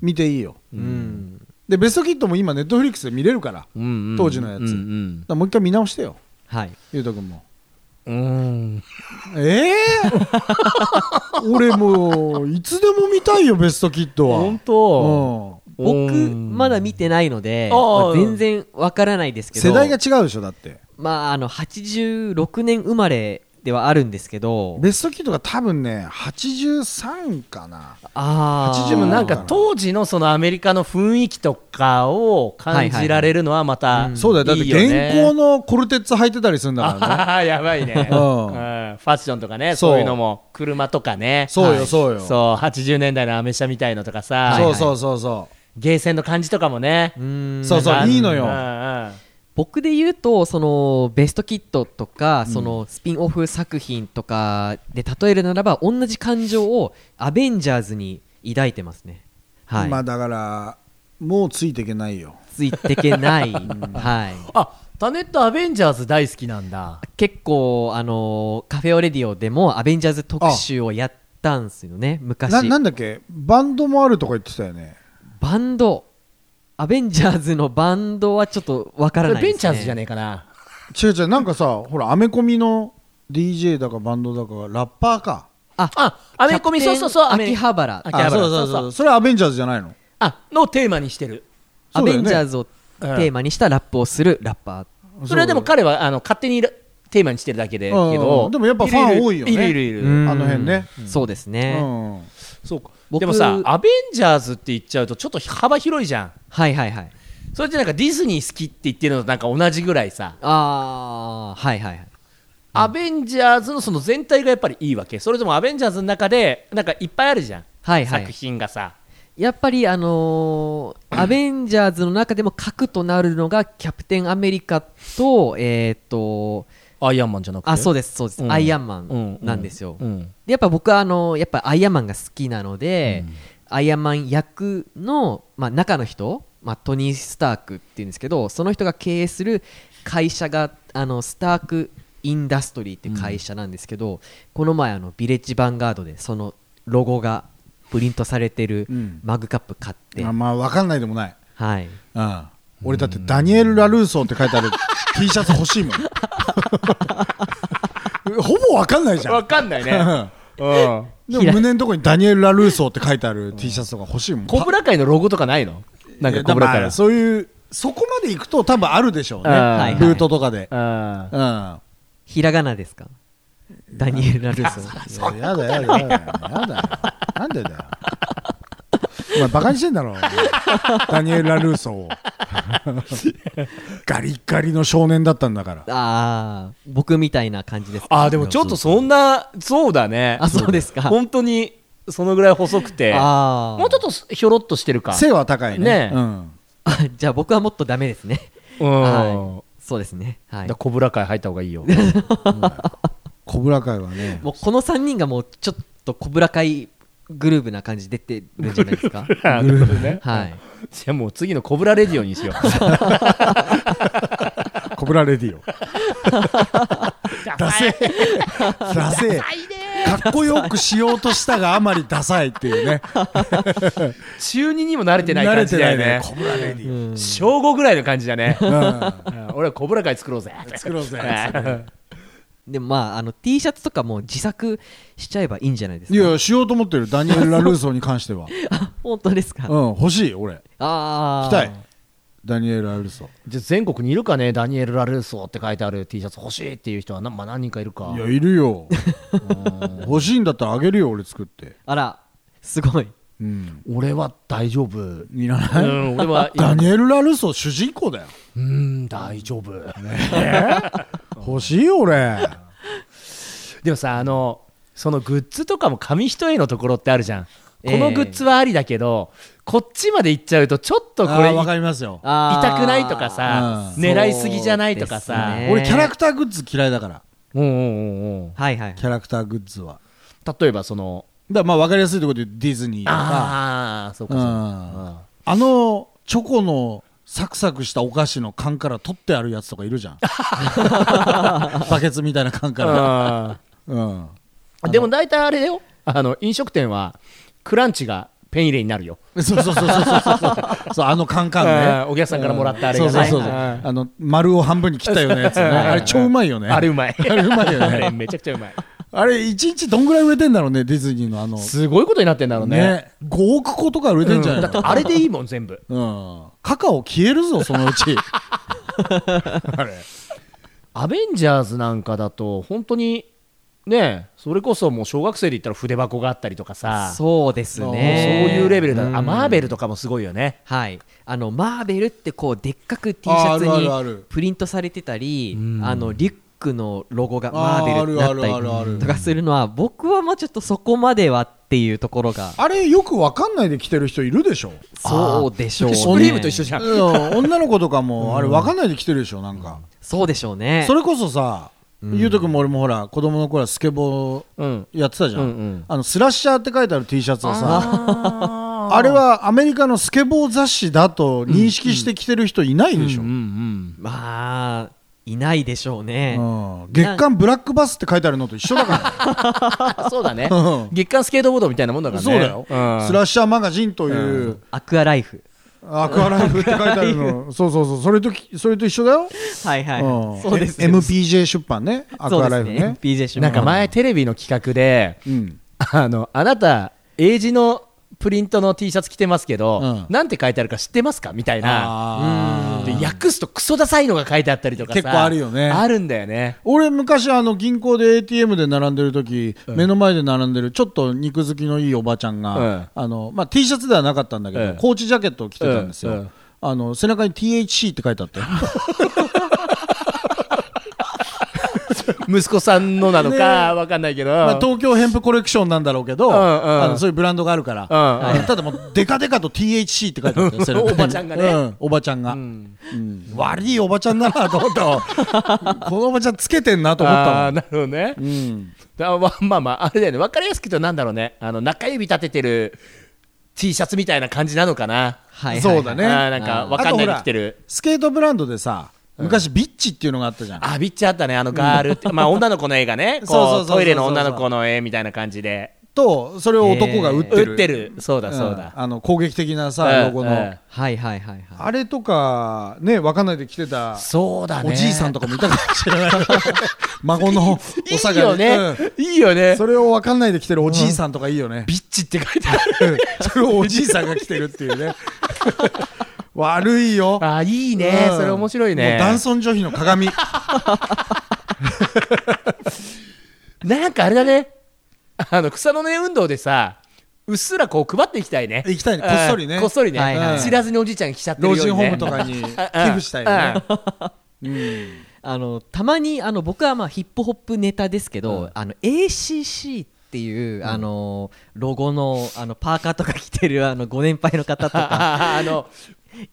S6: 見ていいよ、
S3: うん
S6: でベストキットも今ネットフリックスで見れるから,、
S5: うんうん
S6: 当時のやつ
S5: うんうん
S6: もう一回見直してよ
S3: はい
S6: ゆうとくんも
S5: うん
S6: ええ 俺もういつでも見たいよベストキットは
S5: 本当
S6: うん
S3: 僕まだ見てないので、
S5: あー
S3: まあ全然わからないですけど
S6: 世代が違うでしょだって
S3: まああの86年生まれではあるんですけど
S6: ベストキットが多分ね83かな
S3: ああ
S6: 80
S5: でもなん
S6: あ
S5: か
S6: ー
S5: 当時のそのアメリカの雰囲気とかを感じられるのはま
S3: はいはいは
S5: た
S3: いうん
S6: そうだよだって
S5: いいよね
S6: 現行のコルテッツ履いてたりするんだからね
S5: ああやばいね、うんフ
S6: うん
S5: ァッションとかね
S6: そう
S5: そういうのも車とかね
S6: そうよ
S5: はい
S6: そうよ
S5: そう80年代のアメ車みたいのとかさ、
S6: そうそうそうそう
S5: ゲーセンの感じとかもね、
S3: うーん
S6: そうそう
S5: なんか
S6: いいのよ
S5: うんうん
S3: 僕で言うとそのベストキットとかそのスピンオフ作品とかで例えるならば同じ感情をアベンジャーズに抱いてますねはい、
S6: まあだからもうついていけないよ
S3: ついてけないはい
S5: あタネットアベンジャーズ大好きなんだ
S3: 結構あのーカフェオレディオでもアベンジャーズ特集をやったんすよね昔
S6: ななんだっけバンドもあるとか言ってたよね
S3: バンドアベンジャーズのバンドはちょっとわからない
S5: ベ
S3: ですね
S5: ンチャーズじゃねえかな
S6: 違う違うなんかさほらアメコミの DJ だかバンドだかラッパーか
S3: あ
S5: あアメコミ
S3: キャ
S5: そう
S3: プテン
S5: そうそうアメ
S3: 秋葉原
S5: あ
S6: あ
S5: キャバ
S6: そ
S5: ラ
S6: うそう
S5: そう
S6: そう
S5: そう
S6: それアベンジャーズじゃないの
S5: あのテーマにしてる
S3: ア
S6: そうだ
S3: ベ
S6: よ
S3: ン
S6: ね
S3: ジャーズをテーマにしたラップをするラッパー
S5: それはでも彼はあの勝手にテーマにしてるだけでけ
S6: う
S5: ど
S6: んでもやっぱファン
S5: いる
S6: 多いよね
S5: いるいるいる
S3: うん
S6: あの辺ね
S3: そうです
S6: う
S3: ね、
S6: ん
S5: そうか
S3: 僕
S5: でもさアベンジャーズって言っちゃうとちょっと幅広いじゃん
S3: はいはいはい
S5: それってなんかディズニー好きって言ってるのとなんか同じぐらいさ、
S3: ああはいはいはい
S5: アベンジャーズのその全体がやっぱりいいわけそれともアベンジャーズの中でなんかいっぱいあるじゃん、
S3: はいはい
S5: 作品がさ
S3: やっぱりあのーアベンジャーズの中でも核となるのがキャプテンアメリカとえーっ、と
S5: アイアンマンじゃなくて
S3: あそう
S5: で
S3: ですそうです、
S5: うん
S3: アイアンマンなんですよ、
S5: うんうん
S3: でやっぱ僕はあのやっぱアイアンマンが好きなので、アイアンマン役の、まあ、中の人、まあ、トニー・スタークっていうんですけどその人が経営する会社があのスターク・インダストリーっていう会社なんですけど、この前あのビレッジヴァンガードでそのロゴがプリントされてる
S6: うん
S3: マグカップ買って、
S6: あまあ分かんないでもない
S3: はい
S6: うん俺だってダニエル・ラルーソーって書いてある T シャツ欲しいもんほぼ分かんないじゃん
S5: わかんないねうん
S6: でも胸のとこにダニエル・ラルーソーって書いてある T シャツとか欲しいも ん
S5: コブラ界のロゴとかないのなんかコブラ
S6: いやだ
S5: 界
S6: ら
S5: は
S6: そういうそこまで行くと多分あるでしょうね
S5: あ
S3: ー
S6: ルートとかで、
S5: あ
S6: うんや
S3: ひらがなですかダニエル・ラルソン
S6: だやだやだやだなんでだよお前バカにしてんだろダニエル・ラルーソーをガリッガリの少年だったんだから
S3: ああ僕みたいな感じですか
S5: あーでもちょっとそんなそうだね
S3: あそうですか
S5: 本当にそのぐらい細くて
S3: あー
S5: もうちょっとひょろっとしてるか
S6: 背は高いね
S5: ね
S6: うん、
S3: あ じゃあ僕はもっとダメですね
S5: うん
S3: はいそうですね
S5: だ
S3: はい
S5: か らコブラ界入った方がいいよ
S6: コブラ会はね
S3: もうこの3人がもうちょっと小倉会グルーブな感じ出てるんじゃないです か
S5: なるほどね
S3: はい
S5: じゃあもう次のコブラレディオにしよう
S6: コブラレディオダセえダセえかっこよくしようとしたがあまりダサいっていう ね
S5: 中二にも慣れてない
S6: 慣れ
S5: 感
S6: て
S5: じ
S6: な
S5: だ
S6: い
S5: よ
S6: ね
S5: ね
S6: コブラレディオ、
S5: 正午ぐらいの感じだね
S6: うん
S5: うん俺はコブラ会作ろうぜ
S6: 作ろうぜ
S3: でもまああの T シャツとかも自作しちゃえばいいんじゃないです
S6: い
S3: か
S6: やしようと思ってるダニエル・ラ・ルーソーに関しては
S3: 本当ですか、
S6: う
S3: あ
S6: ん欲しい俺
S3: あ
S6: 来たいダニエル・ラ・ルーソ
S5: じゃあ全国にいるかねダニエル・ラルーソーって書いてある T シャツ欲しいっていう人はな、まあ、何人かいるか
S6: ーいやいる よ欲しいんだったらあげるよ俺作って
S3: あらすごい
S6: うん
S5: 俺は大丈夫う
S6: いらない、
S5: ん俺は
S6: ダニエル・ラ・ルーソー主人公だよ
S5: うん大丈夫
S6: 欲しいよ俺
S5: でもさあのそのグッズとかも紙一重のところってあるじゃんこ
S3: ええ
S5: のグッズはありだけど、こっちまで行っちゃうとちょっとこれ
S6: あーわ
S5: 痛
S6: かりますよ
S3: あー
S5: くないとかさ
S6: うん
S5: 狙いすぎじゃないとか
S3: そう
S5: さ
S3: ですね
S6: 俺キャラクターグッズ嫌いだから
S5: うんうんうんうん
S3: はいはい
S6: キャラクターグッズは
S5: 例えばその
S6: だからまあ分かりやすいところで言うディズニーとか
S5: ああそうか
S6: う
S5: そ
S6: ん
S5: う
S6: あ
S5: か
S6: のチョコのサクサクしたお菓子の缶から取ってあるやつとかいるじゃん バケツみたいな缶から、
S5: うん
S6: うん、
S5: うんでも大体あれだよあの飲食店はクランチがペン入れになるよ
S6: そうそうそうそうそうそうそうあのカンカンね
S5: うんお客さんからもらったあれが
S6: そ
S5: ね
S6: うそうそうそ
S5: う
S6: う
S5: ん
S6: あの丸を半分に切ったようなやつねあれ超うまいよね
S5: あれうまい
S6: あれうまいよね
S5: あれめちゃくちゃうまい
S6: あれ一日どんぐらい売れてんだろうねディズニーのあの
S5: すごいことになってんだろうね
S6: ね5億個とか売れてんじゃない
S5: だ
S6: の
S5: ってあれでいいもん全部
S6: うん、カカオ消えるぞそのう ちあれ
S5: アベンジャーズなんかだと本当にねそれこそもう小学生で言ったら筆箱があったりとかさそう
S3: そうですね
S5: いうレベルだあマーベ
S3: ル
S5: ルとかもすごいよね
S3: はいあのマーベルってこうでっかく T シャツ
S6: あるあるあ
S3: に
S6: る
S3: プリントされてたり
S5: うん
S3: あのリュックのロゴがマ
S6: あー
S3: ーベルになっ
S6: あるあるあ
S3: た
S6: るある
S3: りとかするのは僕はまあちょっとそこまではっていうところが
S6: あれよくわかんないで来てる人いるでしょ、
S3: そうでしょうね
S5: シュプリームと一緒じゃん
S6: うん、女の子とかもあれわかんないで来てるでしょなんか、
S3: そうでしょうね
S6: それこそさ、ゆうとくんも俺もほら子供の頃はスケボ
S5: うん
S6: ーやってたじゃん、
S5: うんうん
S6: あのスラッシャーって書いてある T シャツをさ
S5: あ
S6: あれはアメリカのスケボー雑誌だと認識して着てる人いないでしょ、
S5: う
S6: うんん
S5: うん
S3: まあいないでしょうね
S6: 月刊ブラックバスって書いてあるのと一緒だか
S5: あそうだね
S6: うん
S5: 月刊スケートボードみたいなもんだから
S6: ら
S5: ね
S6: そうだよ、
S5: ん
S6: スラッシャーマガジンという、
S3: アクアライフ
S6: アクアライフって書いてあるのそうそうそうそれときそれと一緒だよ、
S3: はいはい
S6: うん
S3: そうです
S6: え MPJ 出版ねアクアライフね
S3: PJ シュ
S5: なんか前テレビの企画で
S6: うん
S5: あのあなた英字のプリントの T シャツ着てますけど、
S6: うん
S5: なんて書いてあるか知ってますかみたいな
S6: あ
S5: で訳すとクソダサいのが書いてあったりとかさ
S6: 結構あるよね
S5: あるんだよね
S6: 俺昔あの銀行で ATM で並んでる時、目の前で並んでるちょっと肉好きのいいおばちゃんが、あのまあ、T シャツではなかったんだけど、
S5: ええ
S6: コーチジャケットを着てたんですよ、
S5: ええええ
S6: あの背中に THC って書いてあったよ
S5: 息子さんのなの
S6: ね
S5: かわかんないけど、
S6: まあ東京ヘンプコレクションなんだろうけど、
S5: うんうん
S6: あのそういうブランドがあるから、
S5: うんうん
S6: あのただもうデカデカと THC って書いてあったよ背中に
S5: おばちゃんがね
S6: うおばちゃんが、うん悪いおばちゃんだなと思った わこのおばちゃんつけてんなと思った
S5: あー
S6: もん
S5: なるほどね、
S6: うん、
S5: だまあまあまああれだよねわかりやすく言うとなんだろうねあの中指立ててる T シャツみたいな感じなのかな
S3: はいはいはい
S6: そうだね
S5: あーなんかわかんないの着てる
S6: あとほらスケートブランドでさ昔ビッチっていうのがあったじゃん、
S5: あビッチあったねあのガールっ てまあ女の子の絵がね
S6: そうそうそう
S5: こ
S6: そう
S5: う
S6: そう
S5: トイレの女の子の絵みたいな感じで
S6: とそれを男が売ってる、
S5: 売ってるそうだそうだ、
S6: んあの攻撃的なさ、
S5: うん
S6: ロゴの、
S5: うん
S3: はいはいはいはい
S6: あれとかねわかんないで着てた
S5: そうだね
S6: おじいさんとかもいたかもし れない孫のお下
S5: いい
S6: が
S5: よ
S6: り
S5: ね、
S6: うん
S5: いいよね
S6: それをわかんないで着てるおじいさんとかいいよ ね、
S5: ビッチって書いてある
S6: それをおじいさんが着てるっていうね 悪いよ
S5: あいい
S6: ね
S5: ね、それ面白いね
S6: 男尊女卑の鏡
S5: なんかあれだね あの草の根運動でさうっすらこう配っていきたいね
S6: 行きたいね
S5: うん
S6: こっそりね
S5: こっそりね、
S3: はいはい
S5: 知らずにおじいちゃんが来ちゃってるよ
S6: 老
S5: うに、ね、
S6: 人ホームとかに寄付したいよね、うん
S3: あのたまにあの僕はまあヒップホップネタですけど、あの ACC っていう、あ のロゴのあのパーカーとか着てるあのご年配の方と か
S5: ああの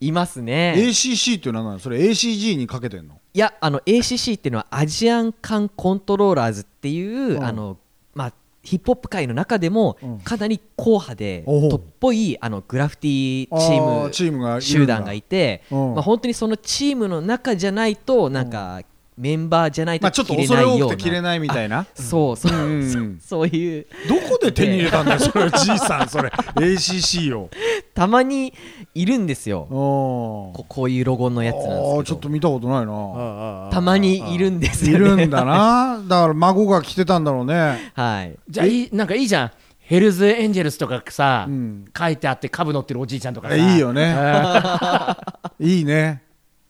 S3: いますね、
S6: ACC っていうのは何なのそれ ACG にかけてんの
S3: いやあの ACC っていうのはアジアンカンコントローラーズっていう、
S6: うん
S3: あのまあヒップホップ界の中でも
S6: うん
S3: かなり硬派で
S6: おう
S3: トップっぽいあのグラフィティチ
S6: あチ
S3: ー
S6: ームがいるん
S3: ム
S6: だ
S3: 集団がいて、
S6: うん
S3: まあ、本当にそのチームの中じゃないとなんかメンバーじゃない
S6: ま
S3: と
S6: あちょっと
S3: 着れ
S6: 恐
S3: な
S6: れ
S3: いよう
S6: 多く
S3: な
S6: て着れないみたいな
S3: そうそう
S6: うんうん
S3: そううんそういう
S6: どこで手に入れたんだよそれじいさんそれ ACC を
S3: たまにいるんですよ
S6: あ
S3: ここういうロゴのやつなんです
S6: あ
S3: け
S6: ー
S3: ど
S6: ちょっと見たことない
S5: あ
S6: な
S5: あああ
S3: たまにいるんです
S6: い
S3: よ、ね、
S6: るんだなだから孫が着てたんだろうね
S3: はい
S5: じゃあいいなんかいいじゃんヘルズエンジェルスとかさ、
S6: うん
S5: 書いてあって株乗ってるおじいちゃんとかさ
S6: いいよね いいね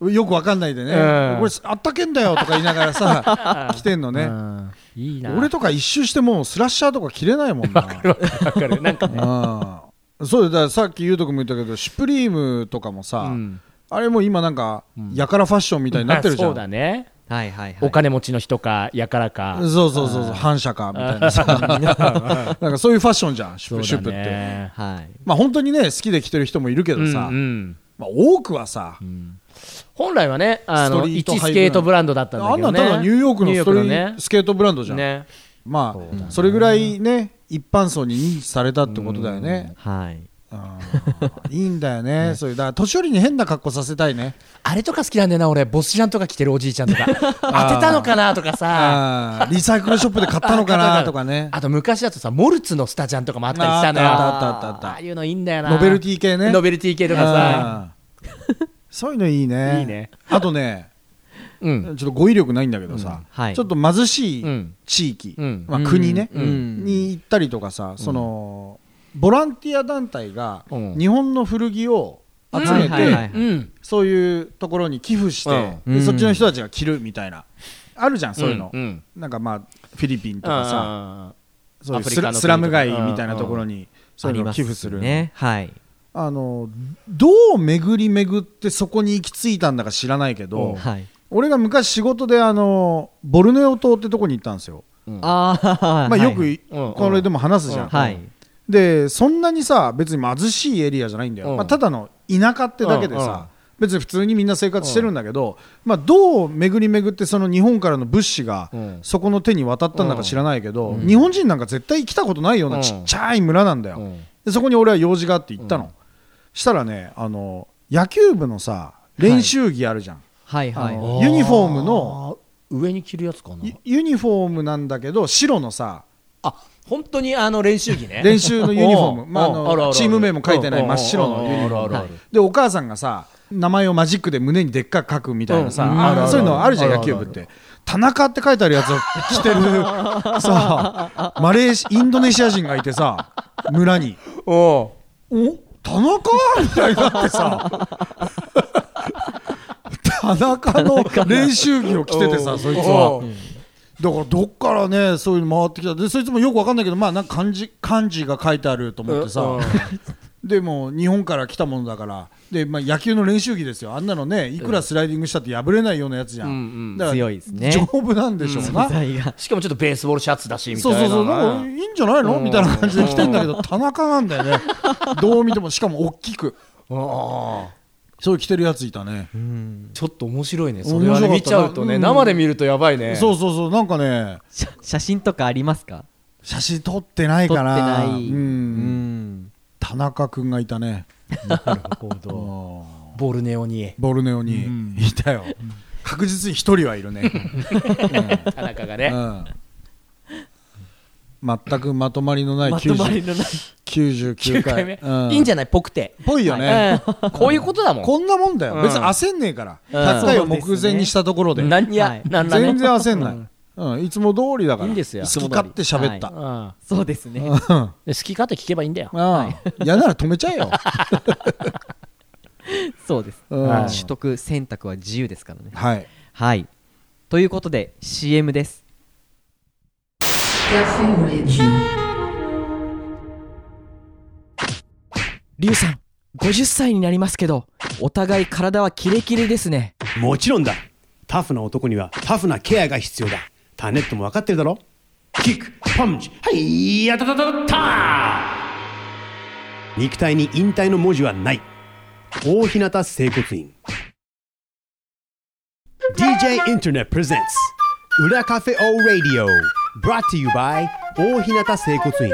S6: よくわかんないでね、
S5: うん
S6: これあったけんだよとか言いなが らさ着てんの
S5: う
S6: ね、
S5: んいいな
S6: 俺とか一周してもうスラッシャーとか着れないも んな
S5: わかるなんかね、
S6: うんそうだからさっきゆうとくんも言ったけどシュプリームとかもさ、
S5: うん
S6: あれも今なんか、やからファッションみたいになってるじゃん、
S5: まあそうだね、
S3: はいはいはい
S5: お金持ちの人かやからか
S6: そうそうそうそう反射かみた いなさなんかそういうファッションじゃんシュ
S5: そう
S6: プ
S5: だ
S6: シュプって
S5: ね
S3: はい
S6: まあ本当にね好きで着てる人もいるけどさ、
S5: うんうん
S6: まあ、多くはさ、
S5: 本来はねあ
S6: ス
S5: の
S6: トリー
S5: 一
S6: トハイブラ
S5: スケ
S6: ンド
S5: ートブランドだったんだ
S6: あん
S5: け
S6: な
S5: ど
S6: ん
S5: ね
S6: ただニューヨークのストリ
S5: ニューヨー
S6: ースケートブランドじゃん、
S5: ね
S6: まあそ,、れぐらいね一般層に認知されたってことだよね、
S3: はい
S6: あーいいんだよ ねそういうだから年寄りに変な格好させたいね
S5: あれとか好きなんだよな俺ボスジャンとか着てるおじいち ゃんとか当てたのかなとかさ
S6: あーリサイクルショップで買ったのかなとかね
S5: あと昔だとさモルツのスタジャンとか もあったりしたのよ
S6: あったあったあったあった
S5: ああいうのいいんだよな
S6: ノベルティ系ね
S5: ノベルティ系とかさ
S6: うんそういうのいいね
S5: いいね
S6: あとね
S5: うん
S6: ちょっと語彙力ないんだけどさ、
S3: はい
S6: ちょっと貧し
S5: う
S6: い
S5: ん
S6: 地域、
S5: うん
S6: まあ、国ね、
S5: うん
S6: に行ったりとかさそのボランティア団体が
S5: うん
S6: 日本の古着を集め
S3: はいはいは
S6: て
S3: い
S5: うん
S6: そういうところに寄付して、
S3: うん
S6: でそっちの人たちが着るみたいなあるじゃんそういうの、
S5: んん
S6: なんかまあフィリピンとかさ、
S5: さ
S6: そうい
S5: ア
S6: う
S5: フリカ
S6: ス
S5: の
S6: ラ
S5: 国
S6: スラム街みたいなところにそういう
S3: ありま
S6: のを寄付する
S3: ねはい
S6: あのどう巡り巡ってそこに行き着いたんだか知らないけど、
S3: はい
S6: 俺が昔仕事であのボルネオ島ってとこに行ったんですよ、
S3: ああ
S6: まあ、よく、
S5: うん
S6: これでも話すじゃん、
S3: はい
S6: でそんなにさ別に貧しいエリアじゃないんだよ、
S5: うん
S6: まあ、ただの田舎ってだけで
S5: うんうん
S6: さ、別に普通にみんな生活してるんだけど、まあ、どう巡り巡ってその日本からの物資が
S5: うん
S6: そこの手に渡ったんだか知らないけど、日本人なんか絶対来たことないよう
S5: う
S6: なんちっちゃい村なんだよ、
S5: うん
S6: でそこに俺は用事があって行ったの、したらねあの野球部のさ練習着あるじゃん、
S3: はいはい
S6: あ
S3: はい
S6: のユニフォームの
S5: 上に着るやつかな
S6: ユユニフォームなんだけど白のさ
S5: あ本当にあの練習着ね
S6: 練習のユニフ ォー
S5: お
S6: ム
S5: う
S6: まああの
S5: おうあるあるある
S6: チーム名も書いてな
S5: う
S6: い
S5: ん
S6: 真っ白のユニフ
S5: あ
S6: ォーム
S5: るあるある
S6: でお母さんがさ名前をマジックで胸にでっかく書くみたいなさ、
S5: うんうん
S6: あの
S5: あるある
S6: そういうのあるじゃん
S5: あるあ
S6: 野
S5: る
S6: 球部って田中って書いてあるやつを着 てるさマレーシインドネシア人がいてさ村に
S5: おう
S6: お田中みたいになって さ田中の練習着を着ててさそいつは
S5: おう
S6: だからどっからねそういうの回ってきたでそいつもよくわかんないけどまあなんか漢字漢字が書いてあると思って
S5: う
S6: さ
S5: ん
S6: でも日本から来たものだからで、まあ、野球の練習着ですよあんなのねいくらスライディングしたって破れないようなやつじゃん、
S5: うんうん
S6: だから
S3: 強いですね
S6: 丈夫なんでしょうな、
S3: 材が
S5: しかもちょっとベースボールシャツだしみた
S6: そ
S5: いうな
S6: そうそうなんかいいんじゃないのみたいな感じで来てんだけど田中なんだよねどう見てもしかも大きく
S5: ああ
S6: そう着てるやついたね、
S5: ちょっと面白いねそれはね
S6: 面白かっ
S5: 見
S6: た
S5: ちゃうとね
S6: うん
S5: 生で見るとやばいね
S6: そうそうそうなんかね
S3: 写 写真とかありますか
S6: 写真撮ってない
S3: 撮って
S6: かな
S3: ない
S6: うん
S3: うん
S6: 田中君がいたね
S5: なるほど
S6: ボ
S5: ボルネオに
S6: ルネオにいたよ、確実に一人はいるね、
S5: 田中が
S6: う
S5: ね
S6: ん、全くまとまりのない
S3: まとまり
S6: 90
S3: のない
S6: 99
S5: 9
S6: 回
S5: 回目
S6: うん
S5: いいんじゃないぽくて
S6: ぽいよね、
S5: うんこういうことだもん
S6: こんなもんだよ、
S5: うん
S6: 別に焦んねえから、100回を目前にしたところで、
S5: 何
S3: は
S5: や
S3: い
S5: 何らね
S6: 全然焦んない、うんいつも通りだから
S5: いいんですよ
S6: 好き勝手喋った、
S5: うん
S3: そうですね
S6: うん
S5: で好き勝手聞けばいいんだよ
S6: ああ嫌なら止めちゃえよ
S3: そうです
S6: うん
S3: はい取得選択は自由ですからね
S6: はい
S3: はいということで CM です
S2: Cafe Origin.
S1: リュウさん50歳になりますけどお互い体はキレキレですね
S7: もちろんだタフな男にはタフなケアが必要だターネットも分かってるだろキックパンチはいやたたたた肉体に引退の文字はない大日向整骨院 DJ インターネット presents 裏カフェオーラディオ brought to you by 大日向整骨院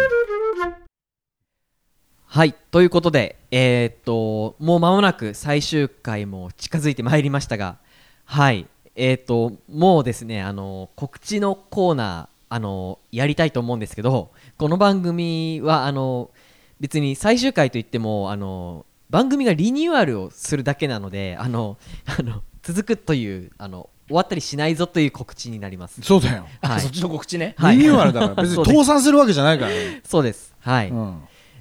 S3: はいということでえーっともう間もなく最終回も近づいてまいりましたがはいえーっともうですねあの告知のコーナーあのやりたいと思うんですけどこの番組はあの別に最終回といってもあの番組がリニューアルをするだけなのであのあの続くというあの終わったりしないぞという告知になります。
S6: そうだよ
S5: あ
S3: はい
S5: そっちの告知ね。
S3: はい
S6: リニューアルだから別
S3: そ
S6: に
S3: うです
S6: 倒産するわけじゃないからね
S3: そうです。はい。
S6: うん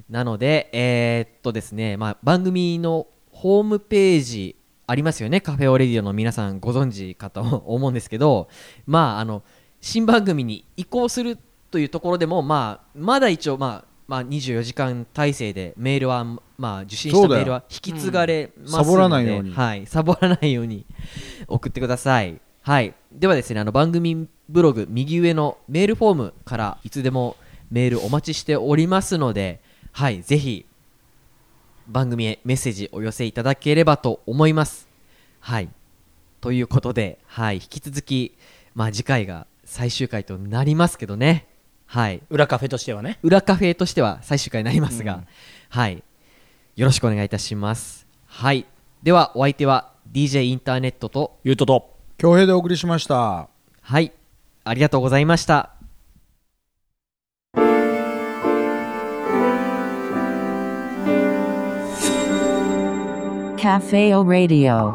S3: なので、えーっとですね、まあ、番組のホームページありますよね、カフェオレディオの皆さんご存知かと思うんですけど、 まあ、あの新番組に移行するというところでも、まあ、まだ一応、まあまあ、24時間体制でメールは、まあ、受信し
S6: そ
S3: た
S6: うだ
S3: メ
S6: よ
S3: ールは引き継がれますので、
S6: サボらないように
S3: はい、サボらないように送ってください。はい、ではですねあの番組ブログ右上のメールフォームからいつでもメールお待ちしておりますので、はい、ぜひ番組へメッセージお寄せいただければと思います。はい、ということで、はい、引き続き、まあ、次回が最終回となりますけどね、はい、
S5: 裏カフェとしてはね。
S3: 裏カフェとしては最終回になりますが、はい、よろしくお願いいたします。はい、ではお相手は DJ インターネットと
S5: ゆうとと。
S6: 恭平でお送りしました
S3: はい、ありがとうございました。
S2: Cafe O Radio.